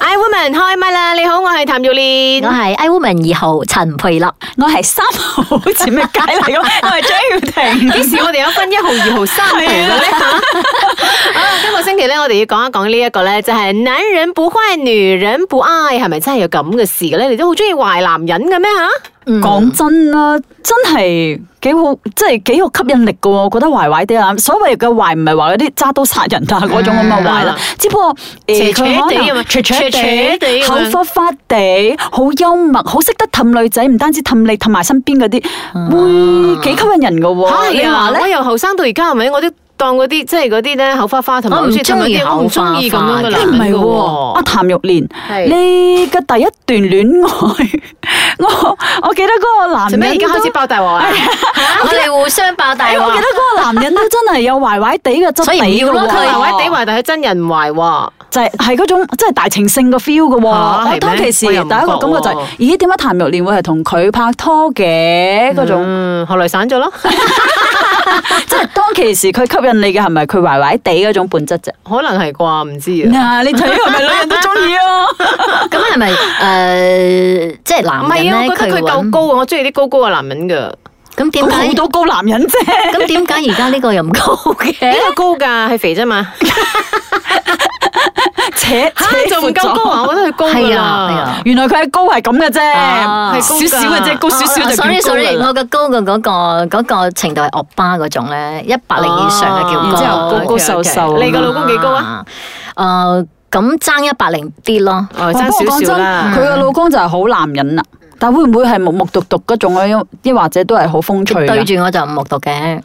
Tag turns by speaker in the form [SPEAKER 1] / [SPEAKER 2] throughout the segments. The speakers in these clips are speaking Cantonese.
[SPEAKER 1] Iwoman 開唛啦！你好，我係譚玉
[SPEAKER 2] 我
[SPEAKER 1] 蓮。
[SPEAKER 2] 係 I Woman 二號陳培樂，
[SPEAKER 3] 我係三號，好似咩解嚟 咁？我係張耀 廷。
[SPEAKER 1] 幾時我哋有分一號、二號、三號嘅咧？ 啊，今個星期咧，我哋要講一講呢一個咧，就係男人不壞，女人不愛，係咪真係有咁嘅事嘅咧？你都好中意壞男人嘅咩吓？
[SPEAKER 3] 講真啦，真係幾好，即係幾有吸引力噶喎。我覺得壞壞啲啊，所謂嘅壞唔係話嗰啲揸刀殺人啊嗰種咁嘅壞啦，只不過
[SPEAKER 1] 斜
[SPEAKER 3] 誒
[SPEAKER 1] 斜
[SPEAKER 3] 佢可
[SPEAKER 1] 地啊嘛
[SPEAKER 3] 能斜
[SPEAKER 1] 斜
[SPEAKER 3] 斜
[SPEAKER 1] 斜地
[SPEAKER 3] 地、
[SPEAKER 1] 啊
[SPEAKER 3] 口
[SPEAKER 1] 嘛
[SPEAKER 3] 花花地，好幽默，好識得氹女仔，唔單止氹你，氹埋身邊嗰啲，會幾吸引人噶喎。你
[SPEAKER 1] 係
[SPEAKER 3] 話
[SPEAKER 1] 啊，
[SPEAKER 3] 咧
[SPEAKER 1] 我？由後生到而家係咪？我都當嗰啲即係嗰啲咧口花花同埋
[SPEAKER 2] 我唔
[SPEAKER 1] 好似同嗰啲
[SPEAKER 2] 鍾意
[SPEAKER 1] 我唔中意咁樣嘅
[SPEAKER 2] 口花花
[SPEAKER 1] 男
[SPEAKER 2] 嘅
[SPEAKER 3] 唔
[SPEAKER 1] 人
[SPEAKER 3] 係
[SPEAKER 1] 嘅
[SPEAKER 3] 喎，
[SPEAKER 1] 喎
[SPEAKER 3] 阿譚玉蓮
[SPEAKER 1] 係，
[SPEAKER 3] 你嘅第一段戀愛， 我我記得嗰個男
[SPEAKER 1] 做咩而
[SPEAKER 3] 人
[SPEAKER 1] 家
[SPEAKER 3] 都
[SPEAKER 1] 開始爆大鑊啊？
[SPEAKER 2] 我哋互相爆大
[SPEAKER 3] 我記
[SPEAKER 2] 話
[SPEAKER 3] 得。 嗰個男人都真係有壞壞地嘅質
[SPEAKER 2] 所以唔
[SPEAKER 3] 地
[SPEAKER 2] 要
[SPEAKER 3] 嘅
[SPEAKER 2] 咯
[SPEAKER 3] 喎，啊
[SPEAKER 1] 佢壞壞地壞， 但係佢真人唔壞喎。
[SPEAKER 3] 就係係嗰種即係大情聖嘅 feel 嘅喎。
[SPEAKER 1] 嚇啊係咩
[SPEAKER 3] 我當其時
[SPEAKER 1] 我
[SPEAKER 3] 第
[SPEAKER 1] 又
[SPEAKER 3] 一
[SPEAKER 1] 唔
[SPEAKER 3] 個感覺就
[SPEAKER 1] 覺喎
[SPEAKER 3] 係，咦點解譚玉蓮會係同佢拍拖嘅嗰種？
[SPEAKER 1] 嗯，後來散咗咯，
[SPEAKER 3] 即係當其時佢吸引你嘅係咪佢壞壞地嗰種本 質啫？
[SPEAKER 1] 可能係啩，唔知啊。
[SPEAKER 3] 嗱，你睇係咪女人都中意啊？
[SPEAKER 2] 咁係咪诶，即係
[SPEAKER 1] 唔
[SPEAKER 2] 男人
[SPEAKER 1] 係啊，
[SPEAKER 2] 咧？
[SPEAKER 1] 我覺得佢夠
[SPEAKER 2] 搵
[SPEAKER 1] 高啊，我中意啲高高嘅男人㗎。
[SPEAKER 2] 咁點
[SPEAKER 3] 佢
[SPEAKER 2] 解
[SPEAKER 3] 好？多高男人啫。
[SPEAKER 2] 咁點解而家呢個又唔高嘅
[SPEAKER 1] 呢？個高㗎，係肥啫 嘛。
[SPEAKER 3] 扯
[SPEAKER 1] 嚇
[SPEAKER 3] 扯
[SPEAKER 1] 仲唔
[SPEAKER 3] 闊
[SPEAKER 1] 夠高
[SPEAKER 3] 咗。
[SPEAKER 1] 啊？我覺得佢高㗎
[SPEAKER 2] 係啊係
[SPEAKER 1] 啦
[SPEAKER 2] 啊。
[SPEAKER 3] 原來佢係高係咁嘅啫，
[SPEAKER 2] 啊
[SPEAKER 1] 係高
[SPEAKER 3] 少
[SPEAKER 1] 㗎
[SPEAKER 3] 少嘅啫，高哦少少就叫
[SPEAKER 2] sorry
[SPEAKER 3] 高
[SPEAKER 2] sorry，
[SPEAKER 3] 啦。
[SPEAKER 2] 我嘅高嘅嗰個嗰個程度係惡巴嗰種咧，一百零以上嘅叫
[SPEAKER 1] 哦
[SPEAKER 2] 高。
[SPEAKER 3] 然之後高高
[SPEAKER 1] OK，OK
[SPEAKER 3] 瘦瘦
[SPEAKER 1] 你個老公幾高啊？
[SPEAKER 2] 誒，呃咁爭一百零啲咯。
[SPEAKER 1] 哦，
[SPEAKER 3] 我
[SPEAKER 1] 爭少少啦。
[SPEAKER 3] 佢個老公就係好男人啦，但會唔會係木木獨獨嗰種啊？因抑或者都係好風趣啊㗎
[SPEAKER 2] 對住我就唔目讀嘅，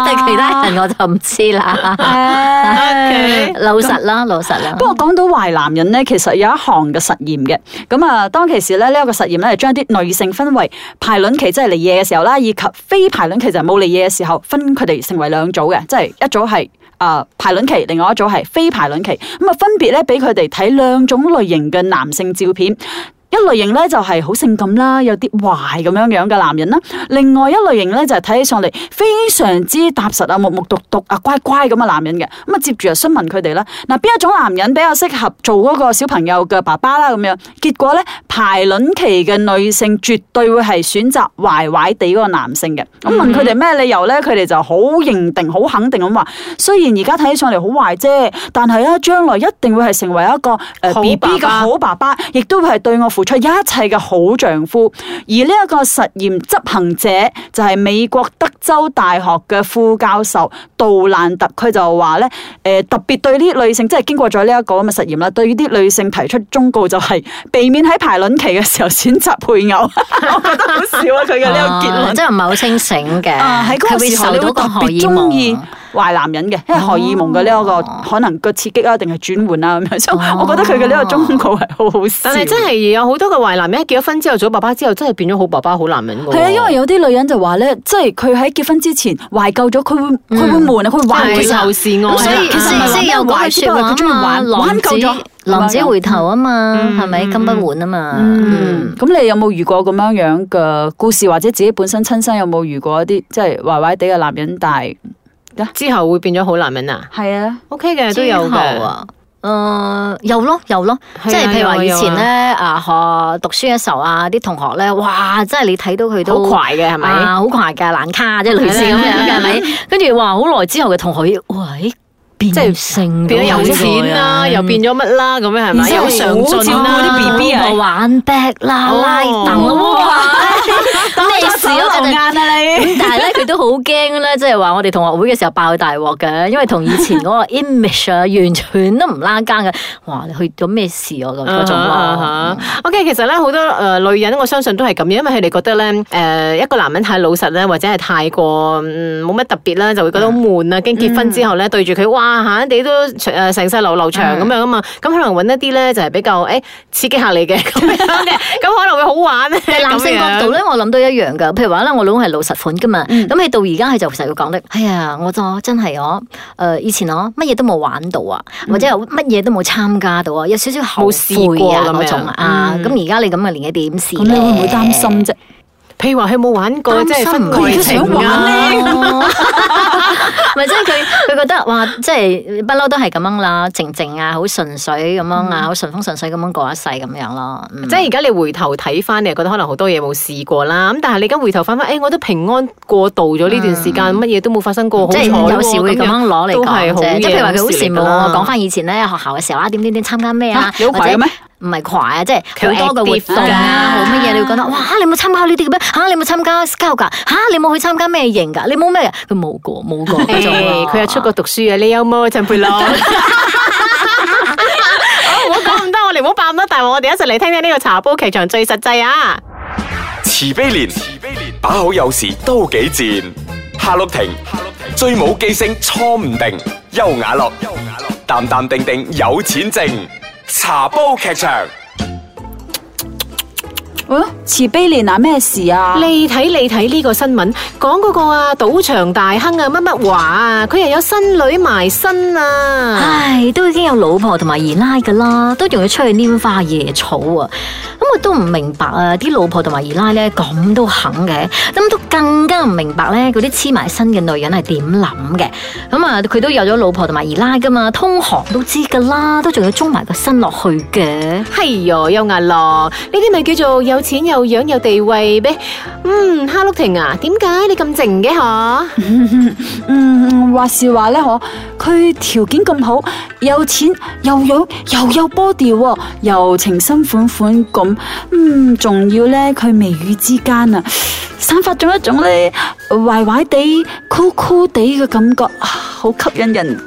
[SPEAKER 2] 但係其他人我就唔知啦。
[SPEAKER 3] 唉
[SPEAKER 1] OK
[SPEAKER 2] 老實啦，老實啦。
[SPEAKER 3] 不過講到壞男人咧，其實有一項嘅實驗嘅，咁啊，當其時咧呢一個實驗咧係將啲女性分為排卵期即係嚟夜嘅時候啦，以及非排卵期就係冇嚟夜嘅時候，分佢哋成為兩組嘅，即係一組係。啊、排卵期，另外一組係非排卵期，咁啊分別咧俾佢哋睇兩種類型嘅男性照片，一類型咧就係好性感啦，有啲壞咁樣樣嘅男人啦；啊另外一類型咧就係睇起上嚟非常之踏實啊、木木獨獨啊、乖乖咁嘅男人嘅。咁啊，接住就詢問佢哋啦，嗱邊一種男人比較適合做嗰個小朋友嘅爸爸啦咁樣？結果咧排卵期嘅女性絕對會係選擇壞壞地嗰個男性嘅。咁
[SPEAKER 1] 嗯
[SPEAKER 3] 問佢哋咩理由咧？佢哋就好認定、好肯定咁話，雖然而家睇起上嚟好壞啫，但係咧將來一定會係成為一個
[SPEAKER 1] 好
[SPEAKER 3] 誒 B B 嘅
[SPEAKER 1] 爸爸
[SPEAKER 3] 好爸爸，亦都會係對我付出一切嘅好丈夫。而呢一個實驗執行者就係美國德州大學嘅副教授杜蘭特，佢就話咧，誒、特別對呢啲女性，即係經過咗呢一個咁嘅實驗啦，對呢啲女性提出忠告就係避免喺排卵期嘅時候選擇配偶。 我覺得好笑啊！佢嘅呢個結論。
[SPEAKER 2] 啊真係唔係好清醒嘅。
[SPEAKER 3] 啊！喺嗰個
[SPEAKER 2] 佢會
[SPEAKER 3] 時候，
[SPEAKER 2] 受
[SPEAKER 3] 你
[SPEAKER 2] 到
[SPEAKER 3] 會特
[SPEAKER 2] 個荷
[SPEAKER 3] 別
[SPEAKER 2] 爾
[SPEAKER 3] 中
[SPEAKER 2] 蒙啊
[SPEAKER 3] 意壞男人嘅，因為荷爾蒙嘅呢一個
[SPEAKER 2] 哦
[SPEAKER 3] 可能個刺激啊，定係轉換啊咁樣，所以
[SPEAKER 2] 哦
[SPEAKER 3] 我覺得佢嘅呢個忠告係好好笑。
[SPEAKER 1] 但係真係有好多嘅壞男人，一結咗婚之後做咗爸爸之後，真係變咗好爸爸、好男人㗎喎。
[SPEAKER 3] 係啊，因為有啲女人就話咧，即係佢喺結婚之前懷舊咗，佢會佢
[SPEAKER 2] 嗯
[SPEAKER 3] 會悶啊，佢會
[SPEAKER 1] 壞
[SPEAKER 3] 懷
[SPEAKER 1] 佢
[SPEAKER 3] 舊
[SPEAKER 1] 仇視愛，
[SPEAKER 2] 咁所以
[SPEAKER 3] 其實
[SPEAKER 2] 即
[SPEAKER 3] 唔係話
[SPEAKER 2] 係
[SPEAKER 3] 咩
[SPEAKER 2] 有嗰
[SPEAKER 3] 壞
[SPEAKER 2] 句
[SPEAKER 3] 之
[SPEAKER 2] 説
[SPEAKER 3] 不過
[SPEAKER 2] 話
[SPEAKER 3] 佢中意
[SPEAKER 2] 啊嘛，
[SPEAKER 3] 玩玩
[SPEAKER 2] 浪子
[SPEAKER 3] 夠咗
[SPEAKER 2] 浪子回頭啊嘛，
[SPEAKER 1] 嗯
[SPEAKER 2] 係咪金不換啊嘛？
[SPEAKER 3] 嗯，咁你有冇遇過咁樣樣嘅故事，或者自己本身親身有冇遇過一啲即係壞壞地嘅男人？但係
[SPEAKER 1] 之後會變咗好男人啊
[SPEAKER 3] 係啊，
[SPEAKER 1] ？OK 嘅，都
[SPEAKER 2] 之
[SPEAKER 1] 有
[SPEAKER 2] 後
[SPEAKER 1] 嘅。
[SPEAKER 2] 啊。誒、有咯有咯，
[SPEAKER 1] 係啊
[SPEAKER 2] 即係譬如話以
[SPEAKER 1] 有啊
[SPEAKER 2] 前咧，啊學讀書嘅時候啊，啲同學咧，哇！真係你睇到佢
[SPEAKER 1] 好
[SPEAKER 2] 都
[SPEAKER 1] 快嘅係咪？
[SPEAKER 2] 啊，好快㗎，爛卡即係類似咁樣嘅係咪？跟住話好耐之後嘅同學，哇！咦變
[SPEAKER 1] 即係
[SPEAKER 2] 性
[SPEAKER 1] 變咗有錢
[SPEAKER 2] 嗯
[SPEAKER 1] 啦，又變咗乜啦，咁樣係咪？
[SPEAKER 3] 然之後
[SPEAKER 1] 有上進啊啦，
[SPEAKER 3] 好照顧啲 BB 啊
[SPEAKER 2] 玩 back 啦，
[SPEAKER 1] 哦
[SPEAKER 2] 拉凳 哇！咩事
[SPEAKER 3] 走
[SPEAKER 2] 啊？
[SPEAKER 3] 漏眼啊你！
[SPEAKER 2] 咁但係咧，佢都好驚咧，即係話我哋同學會嘅時候爆大鑊嘅，因為同以前嗰個 image 啊，完全都唔拉更嘅。哇！你去咗咩事啊？咁嗰種咯，
[SPEAKER 3] 啊
[SPEAKER 1] O K，其實啊咧好多誒女人，我相信都係咁樣，因為佢哋覺得咧誒一個男人太老實咧，或者係太過嗯冇乜特別啦，就會覺得好悶啦。經結婚之後咧，對住佢哇嚇地都誒成世流流長咁樣啊嘛，咁可能揾一啲咧就係比較誒刺激下你嘅咁樣嘅，咁可能會好玩啊咧。
[SPEAKER 2] 但係男性角度咧，我諗都一樣㗎。譬如話咧，我老公係老實款㗎嘛，咁你到而家佢就成日會講得，哎呀，我就真係我誒以前我乜嘢都冇玩到啊，或者係乜嘢都冇參加到啊，有少少後
[SPEAKER 1] 冇試過
[SPEAKER 2] 悔啊
[SPEAKER 1] 咁樣
[SPEAKER 2] 嗰種啊。
[SPEAKER 1] 嗯
[SPEAKER 2] 咁而家你咁嘅年紀點試
[SPEAKER 3] 咁你會唔會
[SPEAKER 2] 咧
[SPEAKER 3] 擔心啫？
[SPEAKER 1] 譬譬如話佢冇玩過，即
[SPEAKER 2] 擔
[SPEAKER 1] 係
[SPEAKER 2] 心
[SPEAKER 1] 婚
[SPEAKER 3] 佢
[SPEAKER 1] 外
[SPEAKER 3] 而家想
[SPEAKER 1] 情
[SPEAKER 3] 玩
[SPEAKER 1] 啊。
[SPEAKER 3] 咧
[SPEAKER 2] 哦咪即係佢佢覺得哇，即係不嬲都係咁樣啦，靜靜啊，好順水咁樣啊，好順風順水咁樣過一世咁樣咯。嗯
[SPEAKER 1] 即係而家你回頭睇翻，你又覺得可能好多嘢冇試過啦。咁但係你而家回頭翻翻，誒、我都平安過渡咗呢段時間，乜嘢、都冇發生過，好
[SPEAKER 2] 即
[SPEAKER 1] 彩
[SPEAKER 2] 係
[SPEAKER 1] 喎
[SPEAKER 2] 有時會咁啊樣攞嚟
[SPEAKER 1] 都係
[SPEAKER 2] 講
[SPEAKER 1] 好
[SPEAKER 2] 啫，
[SPEAKER 1] 嘢
[SPEAKER 2] 即係譬如話佢好羨慕
[SPEAKER 1] 好事嚟㗎
[SPEAKER 2] 我
[SPEAKER 1] 啦
[SPEAKER 2] 講翻以前咧學校嘅時候啦，點點點參加咩啊，
[SPEAKER 3] 你好
[SPEAKER 2] 或
[SPEAKER 3] 快
[SPEAKER 2] 者
[SPEAKER 3] 嘅咩？
[SPEAKER 2] 唔係跨啊，即係好多嘅活
[SPEAKER 1] active
[SPEAKER 2] 動啊，好
[SPEAKER 1] 㗎
[SPEAKER 2] 乜嘢你會覺得哇你冇參加呢啲嘅咩？嚇你冇參加 scout 㗎？嚇你冇去參加咩營㗎？你冇咩㗎？佢冇過 冇過嗰種
[SPEAKER 1] 誒
[SPEAKER 2] 咯
[SPEAKER 1] 佢有出過讀書啊，你有冇啊陳 佩樂？好唔好講咁多，我哋唔好爆咁多大鑊，我哋一齊嚟聽聽呢個茶煲劇場最實際啊！
[SPEAKER 4] 慈悲蓮，慈悲蓮，把口有時都幾賤。夏綠庭，夏綠庭，最冇記性錯唔定。優雅樂，優雅樂，淡淡定定有錢剩。茶煲劇場。
[SPEAKER 3] 嗯慈悲蓮啊，咩事啊？
[SPEAKER 1] 你睇你睇呢個新聞，講嗰個啊賭場大亨啊乜乜華啊，佢又有新女埋身啊！
[SPEAKER 2] 唉，都已經有老婆同埋姨奶噶啦，都仲要出去拈花惹草啊！咁我都唔明白啊，啲老婆同埋姨奶咧咁都肯嘅，咁都更加唔明白咧，嗰啲黐埋身嘅女人係點諗嘅？咁啊，佢都有咗老婆同埋姨奶噶嘛，通行都知噶啦，都仲要中埋個身落去嘅。
[SPEAKER 1] 係喲，優雅樂，呢啲咪叫做有錢有樣有地位咩？嗯，哈碌婷啊，點解你咁靜嘅嗬？
[SPEAKER 3] 嗯，話是話咧，我佢條件咁好，有錢又有又有 body 喎，又情深款款咁，嗯，仲要咧佢眉宇之間啊，散發咗一種 咧壞壞地、酷酷地嘅感覺，啊好吸引人
[SPEAKER 1] 啊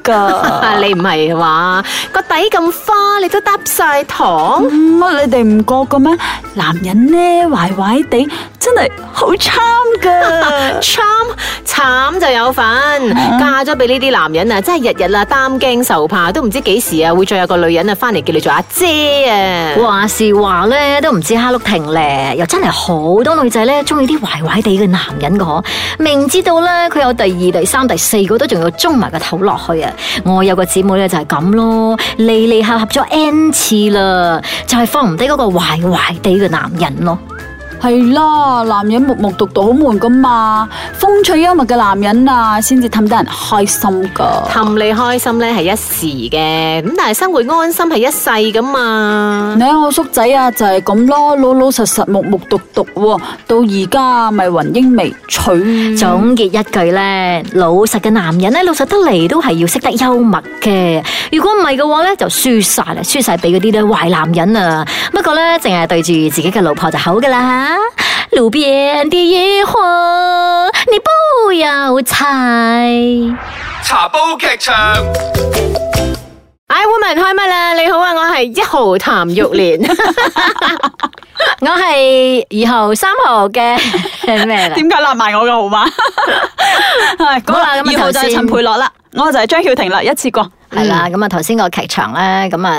[SPEAKER 3] 噶。
[SPEAKER 1] 你唔係話個底咁花，你都搭晒糖？。
[SPEAKER 3] 嗯乜你哋唔覺嘅咩？男人咧壞壞地，真係好 charm 噶
[SPEAKER 1] Charm 慘就有份，嫁咗俾呢啲男人啊，真係日日啊擔驚受怕，都唔知幾時啊會再有個女人啊翻嚟叫你做阿姐啊！
[SPEAKER 2] 話是話咧，都唔知哈碌停咧，又真係好多女仔咧，中意啲壞壞地嘅男人嘅嗬。明知道咧，佢有第二、第三、第四個，都仲要中埋個頭落去啊！我有個姊妹咧就係咁咯，嚟嚟合合咗 N 次啦，就係放唔低嗰個壞壞地嘅男人咯。
[SPEAKER 3] 係啦，男人木木獨獨好悶噶嘛，風趣幽默嘅男人啊，先至氹得人開心噶。
[SPEAKER 1] 氹你開心咧係一時嘅，咁但係生活安心係一世噶嘛
[SPEAKER 3] 你。睇我叔仔啊，就係咁咯，老老實實木木獨獨喎，到而家咪雲英未娶。
[SPEAKER 1] 嗯
[SPEAKER 2] 總結一句咧，老實嘅男人咧，老實得嚟都係要識得幽默嘅。如果唔係嘅話咧，就輸晒啦，輸晒俾嗰啲咧壞男人啊。不過咧，淨係對住自己嘅老婆就好噶啦。路邊的野花，你不要採。
[SPEAKER 4] 茶煲劇場。
[SPEAKER 1] I 哎 woman 開唛啦！你好啊，我係一號譚玉蓮，
[SPEAKER 2] 我係二號、三 號嘅咩啦？
[SPEAKER 3] 點解立埋我嘅號碼？係
[SPEAKER 2] 好啦咁啊
[SPEAKER 3] 二號
[SPEAKER 2] 頭
[SPEAKER 3] 就係
[SPEAKER 2] 先
[SPEAKER 3] 陳佩樂啦，我就係張曉婷啦，一次過。
[SPEAKER 2] 係啦，咁啊頭先個劇場咧，咁啊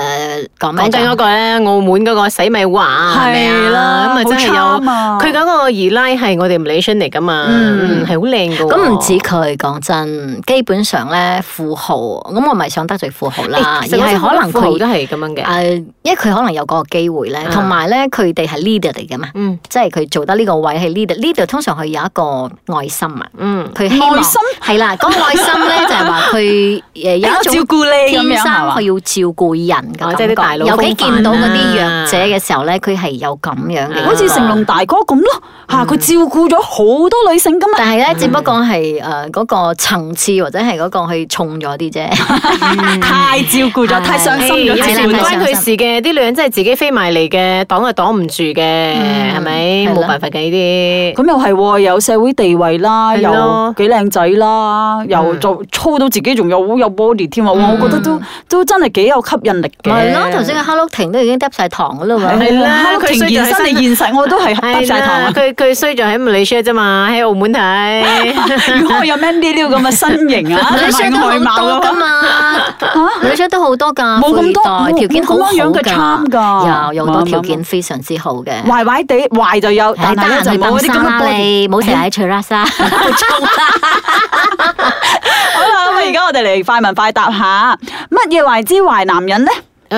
[SPEAKER 2] 講咩
[SPEAKER 1] 講
[SPEAKER 2] 就？
[SPEAKER 1] 緊嗰個咧，澳門嗰個洗米華係咪啊
[SPEAKER 3] 係啦
[SPEAKER 1] 咁啊真係
[SPEAKER 3] 好
[SPEAKER 1] 有
[SPEAKER 3] charm 啊
[SPEAKER 1] 佢嗰個姨奶係我哋 Malaysian 嚟噶嘛，嗯係好靚噶。
[SPEAKER 2] 咁唔止佢，講真，基本上咧富豪，咁我唔係想得罪富豪 啦，而
[SPEAKER 1] 誒
[SPEAKER 2] 係可能
[SPEAKER 1] 富豪都係
[SPEAKER 2] 佢
[SPEAKER 1] 咁樣嘅
[SPEAKER 2] 誒、。因為佢可能有嗰個機會咧，
[SPEAKER 1] 啊
[SPEAKER 2] 同埋咧佢哋係 leader 嚟嘅嘛，
[SPEAKER 1] 嗯
[SPEAKER 2] 即係佢做得呢個位係 leader，leader 通常佢有一個愛心啊，
[SPEAKER 1] 嗯，
[SPEAKER 2] 佢希望
[SPEAKER 3] 愛心
[SPEAKER 2] 係啦，嗰、個愛心咧就係話佢誒有一
[SPEAKER 3] 我 照
[SPEAKER 2] 種
[SPEAKER 3] 顧你咁
[SPEAKER 2] 天
[SPEAKER 3] 樣
[SPEAKER 2] 生
[SPEAKER 3] 係嘛
[SPEAKER 2] 佢？要照顧人
[SPEAKER 1] 哦
[SPEAKER 2] 嘅
[SPEAKER 1] 即係啲大
[SPEAKER 2] 感覺，
[SPEAKER 1] 佬
[SPEAKER 2] 尤其
[SPEAKER 1] 風範
[SPEAKER 2] 見到嗰啲
[SPEAKER 1] 啊
[SPEAKER 2] 弱者嘅時候咧，佢係有咁樣嘅一個，
[SPEAKER 1] 嗯
[SPEAKER 3] 好似成龍大哥咁咯，
[SPEAKER 2] 嗯
[SPEAKER 3] 吓佢照顧咗好多女性噶嘛。
[SPEAKER 2] 但係咧，只不過係誒嗰個層次或者係嗰個去重咗啲啫。
[SPEAKER 3] 太照顧咗，太傷心咗
[SPEAKER 1] 有
[SPEAKER 2] 係
[SPEAKER 1] 時
[SPEAKER 3] 自己
[SPEAKER 2] 啦
[SPEAKER 1] 唔
[SPEAKER 2] 係啦
[SPEAKER 1] 關
[SPEAKER 2] 係啦
[SPEAKER 1] 佢事嘅，啲女人真係自己飛埋嚟嘅，擋又擋唔住嘅，係咪？
[SPEAKER 2] 係啦
[SPEAKER 1] 冇辦法嘅呢啲。
[SPEAKER 3] 咁又係喎，有社會地位啦，
[SPEAKER 1] 係
[SPEAKER 3] 又
[SPEAKER 1] 咯
[SPEAKER 3] 幾靚仔啦，又做粗到自己仲有有 body 添啊！哇，我覺得都都真係幾有吸引力
[SPEAKER 2] 咪係
[SPEAKER 3] 嘅。啊
[SPEAKER 2] 咯，頭先嘅 Hello 婷都已經嗒晒糖噶啦喎。
[SPEAKER 1] 係啦佢
[SPEAKER 3] 停
[SPEAKER 1] 衰在
[SPEAKER 3] 現身嚟現實，我都係得晒糖
[SPEAKER 1] 啦
[SPEAKER 3] 啊！
[SPEAKER 1] 佢佢衰在喺 Malaysia 啫嘛，喺澳門睇。
[SPEAKER 3] 如果我有 Mandy 呢個咁嘅身形啊，
[SPEAKER 2] 女
[SPEAKER 3] 同
[SPEAKER 2] 仔都
[SPEAKER 3] 埋
[SPEAKER 2] 好
[SPEAKER 3] 外貌啊
[SPEAKER 2] 多
[SPEAKER 3] 嘅
[SPEAKER 2] 噶
[SPEAKER 3] 話，
[SPEAKER 2] 嘛，女仔都好多噶，
[SPEAKER 3] 冇咁多
[SPEAKER 2] 富二代
[SPEAKER 3] 冇
[SPEAKER 2] 條件好好
[SPEAKER 3] 冇咁樣嘅
[SPEAKER 2] 㗎
[SPEAKER 3] charm 㗎
[SPEAKER 2] 有有好多條
[SPEAKER 3] 冇冇
[SPEAKER 2] 件非常之好嘅。
[SPEAKER 3] 壞壞地壞就有，
[SPEAKER 2] 係
[SPEAKER 3] 但
[SPEAKER 2] 得
[SPEAKER 3] 係咧就
[SPEAKER 2] 閒去
[SPEAKER 3] 冇
[SPEAKER 2] 蹦
[SPEAKER 3] 嗰啲
[SPEAKER 2] 沙
[SPEAKER 3] 咁嘅
[SPEAKER 2] 啦
[SPEAKER 3] body。
[SPEAKER 2] 你，冇成日喺翠拉 沙。
[SPEAKER 3] 好啦，咁啊而家我哋嚟快問快答下，乜嘢為之壞男人咧？
[SPEAKER 1] 誒、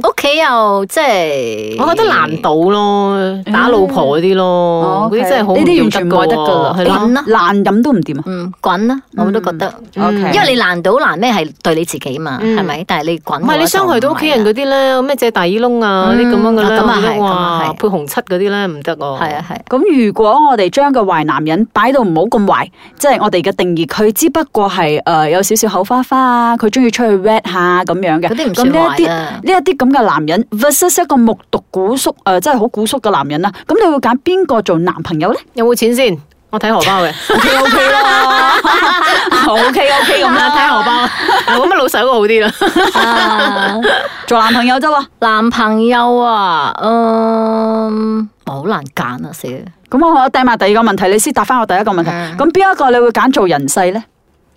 [SPEAKER 1] 得。
[SPEAKER 2] 屋企又即係，
[SPEAKER 1] 我覺得難賭咯，打老婆嗰啲
[SPEAKER 3] Ờ,
[SPEAKER 1] 咯，哦嗰啲真係好
[SPEAKER 3] 呢啲完
[SPEAKER 1] 唔
[SPEAKER 3] 全
[SPEAKER 1] 要
[SPEAKER 3] 唔愛
[SPEAKER 1] 得
[SPEAKER 3] 得
[SPEAKER 1] 㗎
[SPEAKER 3] 噶啦，
[SPEAKER 1] 喎係咯
[SPEAKER 2] 啦
[SPEAKER 3] 哦爛飲都唔掂啊。
[SPEAKER 2] 嗯，滾啦，我都覺
[SPEAKER 3] 嗯
[SPEAKER 2] 得。嗯
[SPEAKER 3] OK，
[SPEAKER 2] 因為你難到難咩係對你自己嘛，
[SPEAKER 1] 嗯
[SPEAKER 2] 係咪？但係你滾
[SPEAKER 1] 唔係你傷害到屋企人嗰啲咧，咩借大耳窿啊啲咁樣嘅
[SPEAKER 2] 啊
[SPEAKER 1] 咧，我覺
[SPEAKER 2] 嗯啊咁啊
[SPEAKER 1] 得
[SPEAKER 2] 係咁啊
[SPEAKER 1] 哇
[SPEAKER 2] 係
[SPEAKER 1] 配紅漆嗰啲咧唔得喎。
[SPEAKER 2] 係啊係。
[SPEAKER 3] 咁如果我哋將個壞男人擺到唔好咁壞，即係我哋嘅定義，佢只不過係诶、呃有少少口花花啊，佢中意出去 red 下咁樣嘅。
[SPEAKER 2] 啊嗰啲唔
[SPEAKER 3] 咁
[SPEAKER 2] 算
[SPEAKER 3] 呢
[SPEAKER 2] 壞
[SPEAKER 3] 一啲
[SPEAKER 2] 啦
[SPEAKER 3] 呢。一啲咁嘅男人 versus 一個目睹古縮诶、呃真係好古縮嘅男人啦。咁你會揀邊個做男 朋友咧
[SPEAKER 1] 有冇錢先？我睇荷包嘅，
[SPEAKER 3] ？OK OK 啦，OK OK 咁 啦，睇下我吧。
[SPEAKER 1] 啊 咁啊老手好啲啦。
[SPEAKER 2] 啊
[SPEAKER 3] 做男朋友啫喎。
[SPEAKER 2] 男朋友啊，嗯，我好難揀啊，死啦！
[SPEAKER 3] 咁我我掟埋第二個問題，你先答翻我第一個問題。
[SPEAKER 2] 嗯
[SPEAKER 3] 咁邊、一個你會揀做人世咧？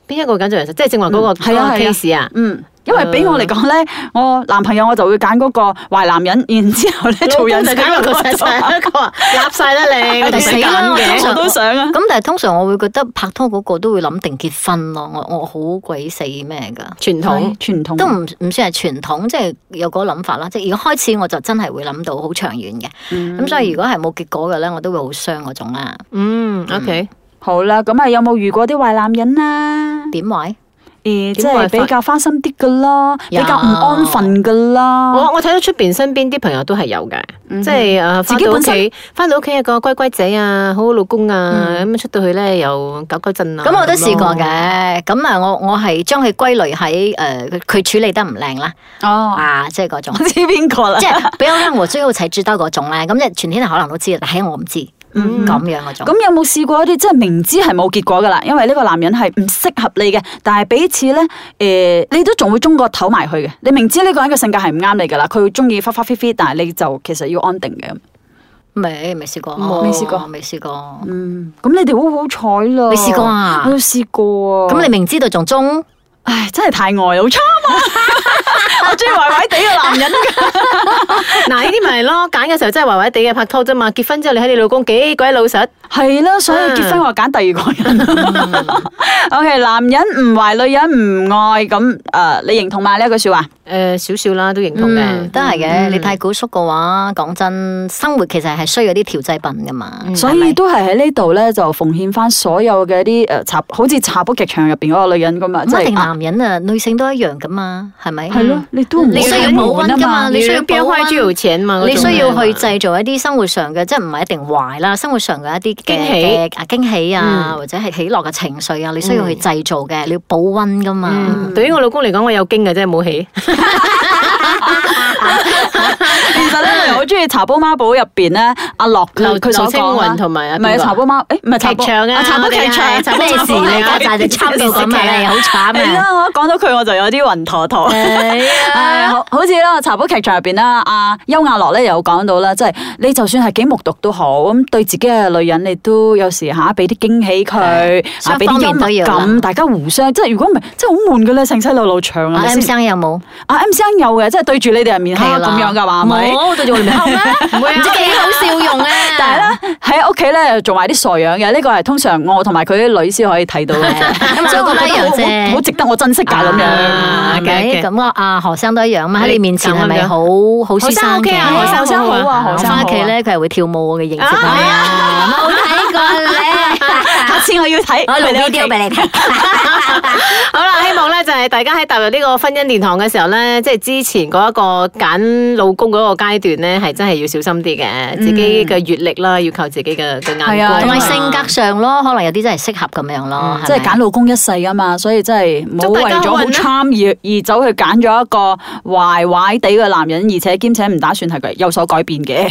[SPEAKER 1] 邊一個緊張人？即係正話嗰個
[SPEAKER 3] 嗯係
[SPEAKER 1] 嗰
[SPEAKER 3] 啊
[SPEAKER 1] 個
[SPEAKER 3] 係啊
[SPEAKER 1] case 啊？
[SPEAKER 3] 嗯，因為俾我嚟講咧，我男朋友我就會揀嗰個壞男人，然之後咧做人
[SPEAKER 1] 老
[SPEAKER 3] 世
[SPEAKER 1] 公就揀
[SPEAKER 3] 嗰
[SPEAKER 1] 個
[SPEAKER 3] 個
[SPEAKER 1] 細
[SPEAKER 3] 就
[SPEAKER 1] 細一個啊，揦晒啦你， 我哋
[SPEAKER 2] 死啦
[SPEAKER 1] 揀
[SPEAKER 2] 我通
[SPEAKER 1] 嘅。
[SPEAKER 2] 常
[SPEAKER 3] 我都想啊。
[SPEAKER 2] 咁但係通常我會覺得拍拖嗰個都會諗定結婚咯，我我好鬼死咩㗎，
[SPEAKER 1] 傳統
[SPEAKER 3] 係傳統
[SPEAKER 2] 都唔唔算係傳統，即係有嗰個諗法啦。即係如果開始我就真係會諗到好長遠嘅，咁、所以如果係冇結果嘅咧，我都會好傷嗰種啊啦。
[SPEAKER 1] 嗯，OK，
[SPEAKER 3] 好啦，咁啊有冇遇過啲壞男人啊？
[SPEAKER 2] 點位？
[SPEAKER 3] 誒，即
[SPEAKER 1] 點壞
[SPEAKER 3] 係
[SPEAKER 1] 法
[SPEAKER 3] 比較花心啲噶啦，比
[SPEAKER 2] 有
[SPEAKER 3] 較唔安分噶啦。
[SPEAKER 1] 我我睇到出邊身邊啲朋友都係有嘅，即係誒
[SPEAKER 3] 自
[SPEAKER 1] 翻
[SPEAKER 3] 己
[SPEAKER 1] 到屋
[SPEAKER 3] 本身
[SPEAKER 1] 企，翻到屋企一個乖乖仔啊，好好老公啊，咁出到去咧又搞搞震啊。
[SPEAKER 2] 咁我都試過
[SPEAKER 1] 咯。
[SPEAKER 2] 嘅，咁啊我我係將佢歸類喺誒佢佢處理得唔靚啦，
[SPEAKER 3] 哦，
[SPEAKER 2] 啊即係嗰種
[SPEAKER 3] 我。 知邊個啦
[SPEAKER 2] 即。係比較啱我需要睇知多嗰種咧，咁即係全天下可能都知，但係我唔知
[SPEAKER 3] 嗯
[SPEAKER 2] 咁樣嗰種。
[SPEAKER 3] 咁有冇試過一啲即係明知係冇結果噶啦，因為呢個男人係唔適合你嘅，但係彼此咧，誒、你都仲會中個頭埋去嘅。你明知呢個人嘅性格係唔啱你噶啦，佢會中意花花飛飛，但係你就其實要安定嘅。
[SPEAKER 2] 未未試過，
[SPEAKER 1] 冇
[SPEAKER 3] 未試過
[SPEAKER 2] 未試過。
[SPEAKER 3] 嗯，咁你哋好好彩啦！
[SPEAKER 2] 你試過啊
[SPEAKER 3] 我都試過啊。
[SPEAKER 2] 咁你明知道仲中，
[SPEAKER 3] 唉，真係太呆啦，好差 啊！我中意壞壞地嘅男人㗎。
[SPEAKER 1] 嗱，呢啲咪係咯，揀嘅時候真係壞壞地嘅拍拖啫嘛，結婚之後你睇你老公幾鬼老實，
[SPEAKER 3] 係啦，所以
[SPEAKER 2] 嗯
[SPEAKER 3] 結婚我揀第二個人。O K，男人唔壞，女人唔愛，咁诶、呃你認同嘛呢一句说話？
[SPEAKER 1] 誒少少啦，都認同
[SPEAKER 2] 嗯
[SPEAKER 1] 嘅，
[SPEAKER 2] 都係嘅。你太古縮嘅話，講真，生活其實係需要啲調劑品噶嘛。
[SPEAKER 3] 所
[SPEAKER 2] 嗯係咪
[SPEAKER 3] 以都係喺呢度咧，就奉獻翻所有嘅啲诶茶，好似茶煲劇場入边嗰個女人咁啊，
[SPEAKER 2] 唔
[SPEAKER 3] 即
[SPEAKER 2] 一定
[SPEAKER 3] 係
[SPEAKER 2] 男人啊，女性都一樣噶嘛，係咪？
[SPEAKER 3] 係咯，你都唔
[SPEAKER 2] 你需要保
[SPEAKER 3] 啊
[SPEAKER 2] 温㗎嘛
[SPEAKER 1] 你需要
[SPEAKER 2] 你需要
[SPEAKER 1] 標
[SPEAKER 2] 保
[SPEAKER 1] 開
[SPEAKER 2] 溫
[SPEAKER 1] 豬油錢嘛，嗰
[SPEAKER 2] 你
[SPEAKER 1] 種
[SPEAKER 2] 需要
[SPEAKER 1] 係嘛
[SPEAKER 2] 去製造一啲生活上嘅，即係唔係一定壞啦，生活上嘅一啲嘅
[SPEAKER 1] 驚喜
[SPEAKER 2] 嘅啊驚喜啊，或者係喜樂嘅情緒啊，你需要去製造嘅，你要保温噶嘛。
[SPEAKER 1] 嗯，對於我老公嚟講，我有經嘅啫，冇起。
[SPEAKER 3] 其實咧，我又好中意茶煲孖寶入边咧，阿樂
[SPEAKER 1] 劉
[SPEAKER 3] 佢佢所
[SPEAKER 1] 劉青
[SPEAKER 3] 講啦
[SPEAKER 1] 雲同埋啊
[SPEAKER 3] 唔係
[SPEAKER 1] 邊個
[SPEAKER 3] 茶煲孖，诶唔係茶
[SPEAKER 1] 劇
[SPEAKER 3] 煲
[SPEAKER 1] 場啊，
[SPEAKER 3] 茶煲
[SPEAKER 1] 我哋
[SPEAKER 3] 劇場
[SPEAKER 1] 係，茶煲
[SPEAKER 2] 咩事
[SPEAKER 1] 劇
[SPEAKER 2] 你
[SPEAKER 1] 場
[SPEAKER 2] 家陣就參到咁啊，你好
[SPEAKER 3] 係
[SPEAKER 2] 慘啊！
[SPEAKER 3] 啦，我講到佢我就有啲暈陀陀。 係啊好好似啦，茶煲劇場入邊啦，阿邱亞樂咧有講到啦，即係你就算係幾木獨都好，咁對自己嘅女人，你都有時嚇俾啲驚喜佢，啊
[SPEAKER 2] 雙
[SPEAKER 3] 俾
[SPEAKER 2] 方
[SPEAKER 3] 啲
[SPEAKER 2] 面
[SPEAKER 3] 幽
[SPEAKER 2] 都
[SPEAKER 3] 默
[SPEAKER 2] 要啦
[SPEAKER 3] 感，大家互相即係如果唔係，真係好悶嘅咧，成世路路長
[SPEAKER 2] 阿
[SPEAKER 3] 啊！
[SPEAKER 2] M 生有冇？
[SPEAKER 3] 阿 M 生有嘅，即係對住你哋人面黑咁樣㗎嘛，係咪？
[SPEAKER 2] 冇對住我哋面口咩？
[SPEAKER 1] 唔 會
[SPEAKER 2] 唔知
[SPEAKER 1] 啊，
[SPEAKER 2] 幾好笑容啊！
[SPEAKER 3] 但係咧喺屋企咧做埋啲傻樣嘅，呢個係通常我同埋佢啲女先可以睇到嘅，
[SPEAKER 2] 咁
[SPEAKER 3] 所以
[SPEAKER 2] 兩
[SPEAKER 3] 我
[SPEAKER 2] 個
[SPEAKER 3] 覺
[SPEAKER 2] 都一
[SPEAKER 3] 得
[SPEAKER 2] 樣
[SPEAKER 3] 好好好
[SPEAKER 2] 啫。
[SPEAKER 3] 值得我珍惜㗎咁樣。
[SPEAKER 1] 啊
[SPEAKER 2] 係咪
[SPEAKER 1] OK，OK
[SPEAKER 2] 咁啊，阿何生都一樣嘛，啊喺你面前係咪好好
[SPEAKER 1] 何
[SPEAKER 2] 先
[SPEAKER 1] 生
[SPEAKER 2] 生
[SPEAKER 1] OK
[SPEAKER 2] 嘅？
[SPEAKER 1] 啊，何生好啊，
[SPEAKER 3] 何
[SPEAKER 2] 我
[SPEAKER 3] 生好啊
[SPEAKER 2] 翻屋企咧，佢係會跳舞嘅形式
[SPEAKER 1] 啊
[SPEAKER 2] 係啊，冇睇過咧，
[SPEAKER 3] 下次我要睇，
[SPEAKER 2] 我
[SPEAKER 3] 你
[SPEAKER 2] 錄
[SPEAKER 3] 屋企
[SPEAKER 2] video 俾啊你睇。
[SPEAKER 1] 好啦，希望咧就係大家喺踏入呢個婚姻殿堂嘅時候咧，即係之前嗰一個揀老公嗰個階段咧，係真係要小心啲嘅，自己嘅閱歷啦，要靠自己嘅嘅
[SPEAKER 3] 係
[SPEAKER 1] 眼
[SPEAKER 3] 啊
[SPEAKER 1] 光，
[SPEAKER 2] 同埋
[SPEAKER 3] 因為
[SPEAKER 2] 性格上咯，可能有啲真係適合咁樣咯，
[SPEAKER 3] 即係
[SPEAKER 2] 係咪
[SPEAKER 3] 揀老公一世啊嘛，所以真係冇
[SPEAKER 1] 祝大
[SPEAKER 3] 為
[SPEAKER 1] 家
[SPEAKER 3] 咗好
[SPEAKER 1] 運啦
[SPEAKER 3] charm 而而走去揀咗一個壞壞地嘅男人，而且兼且唔打算係佢有所改變嘅。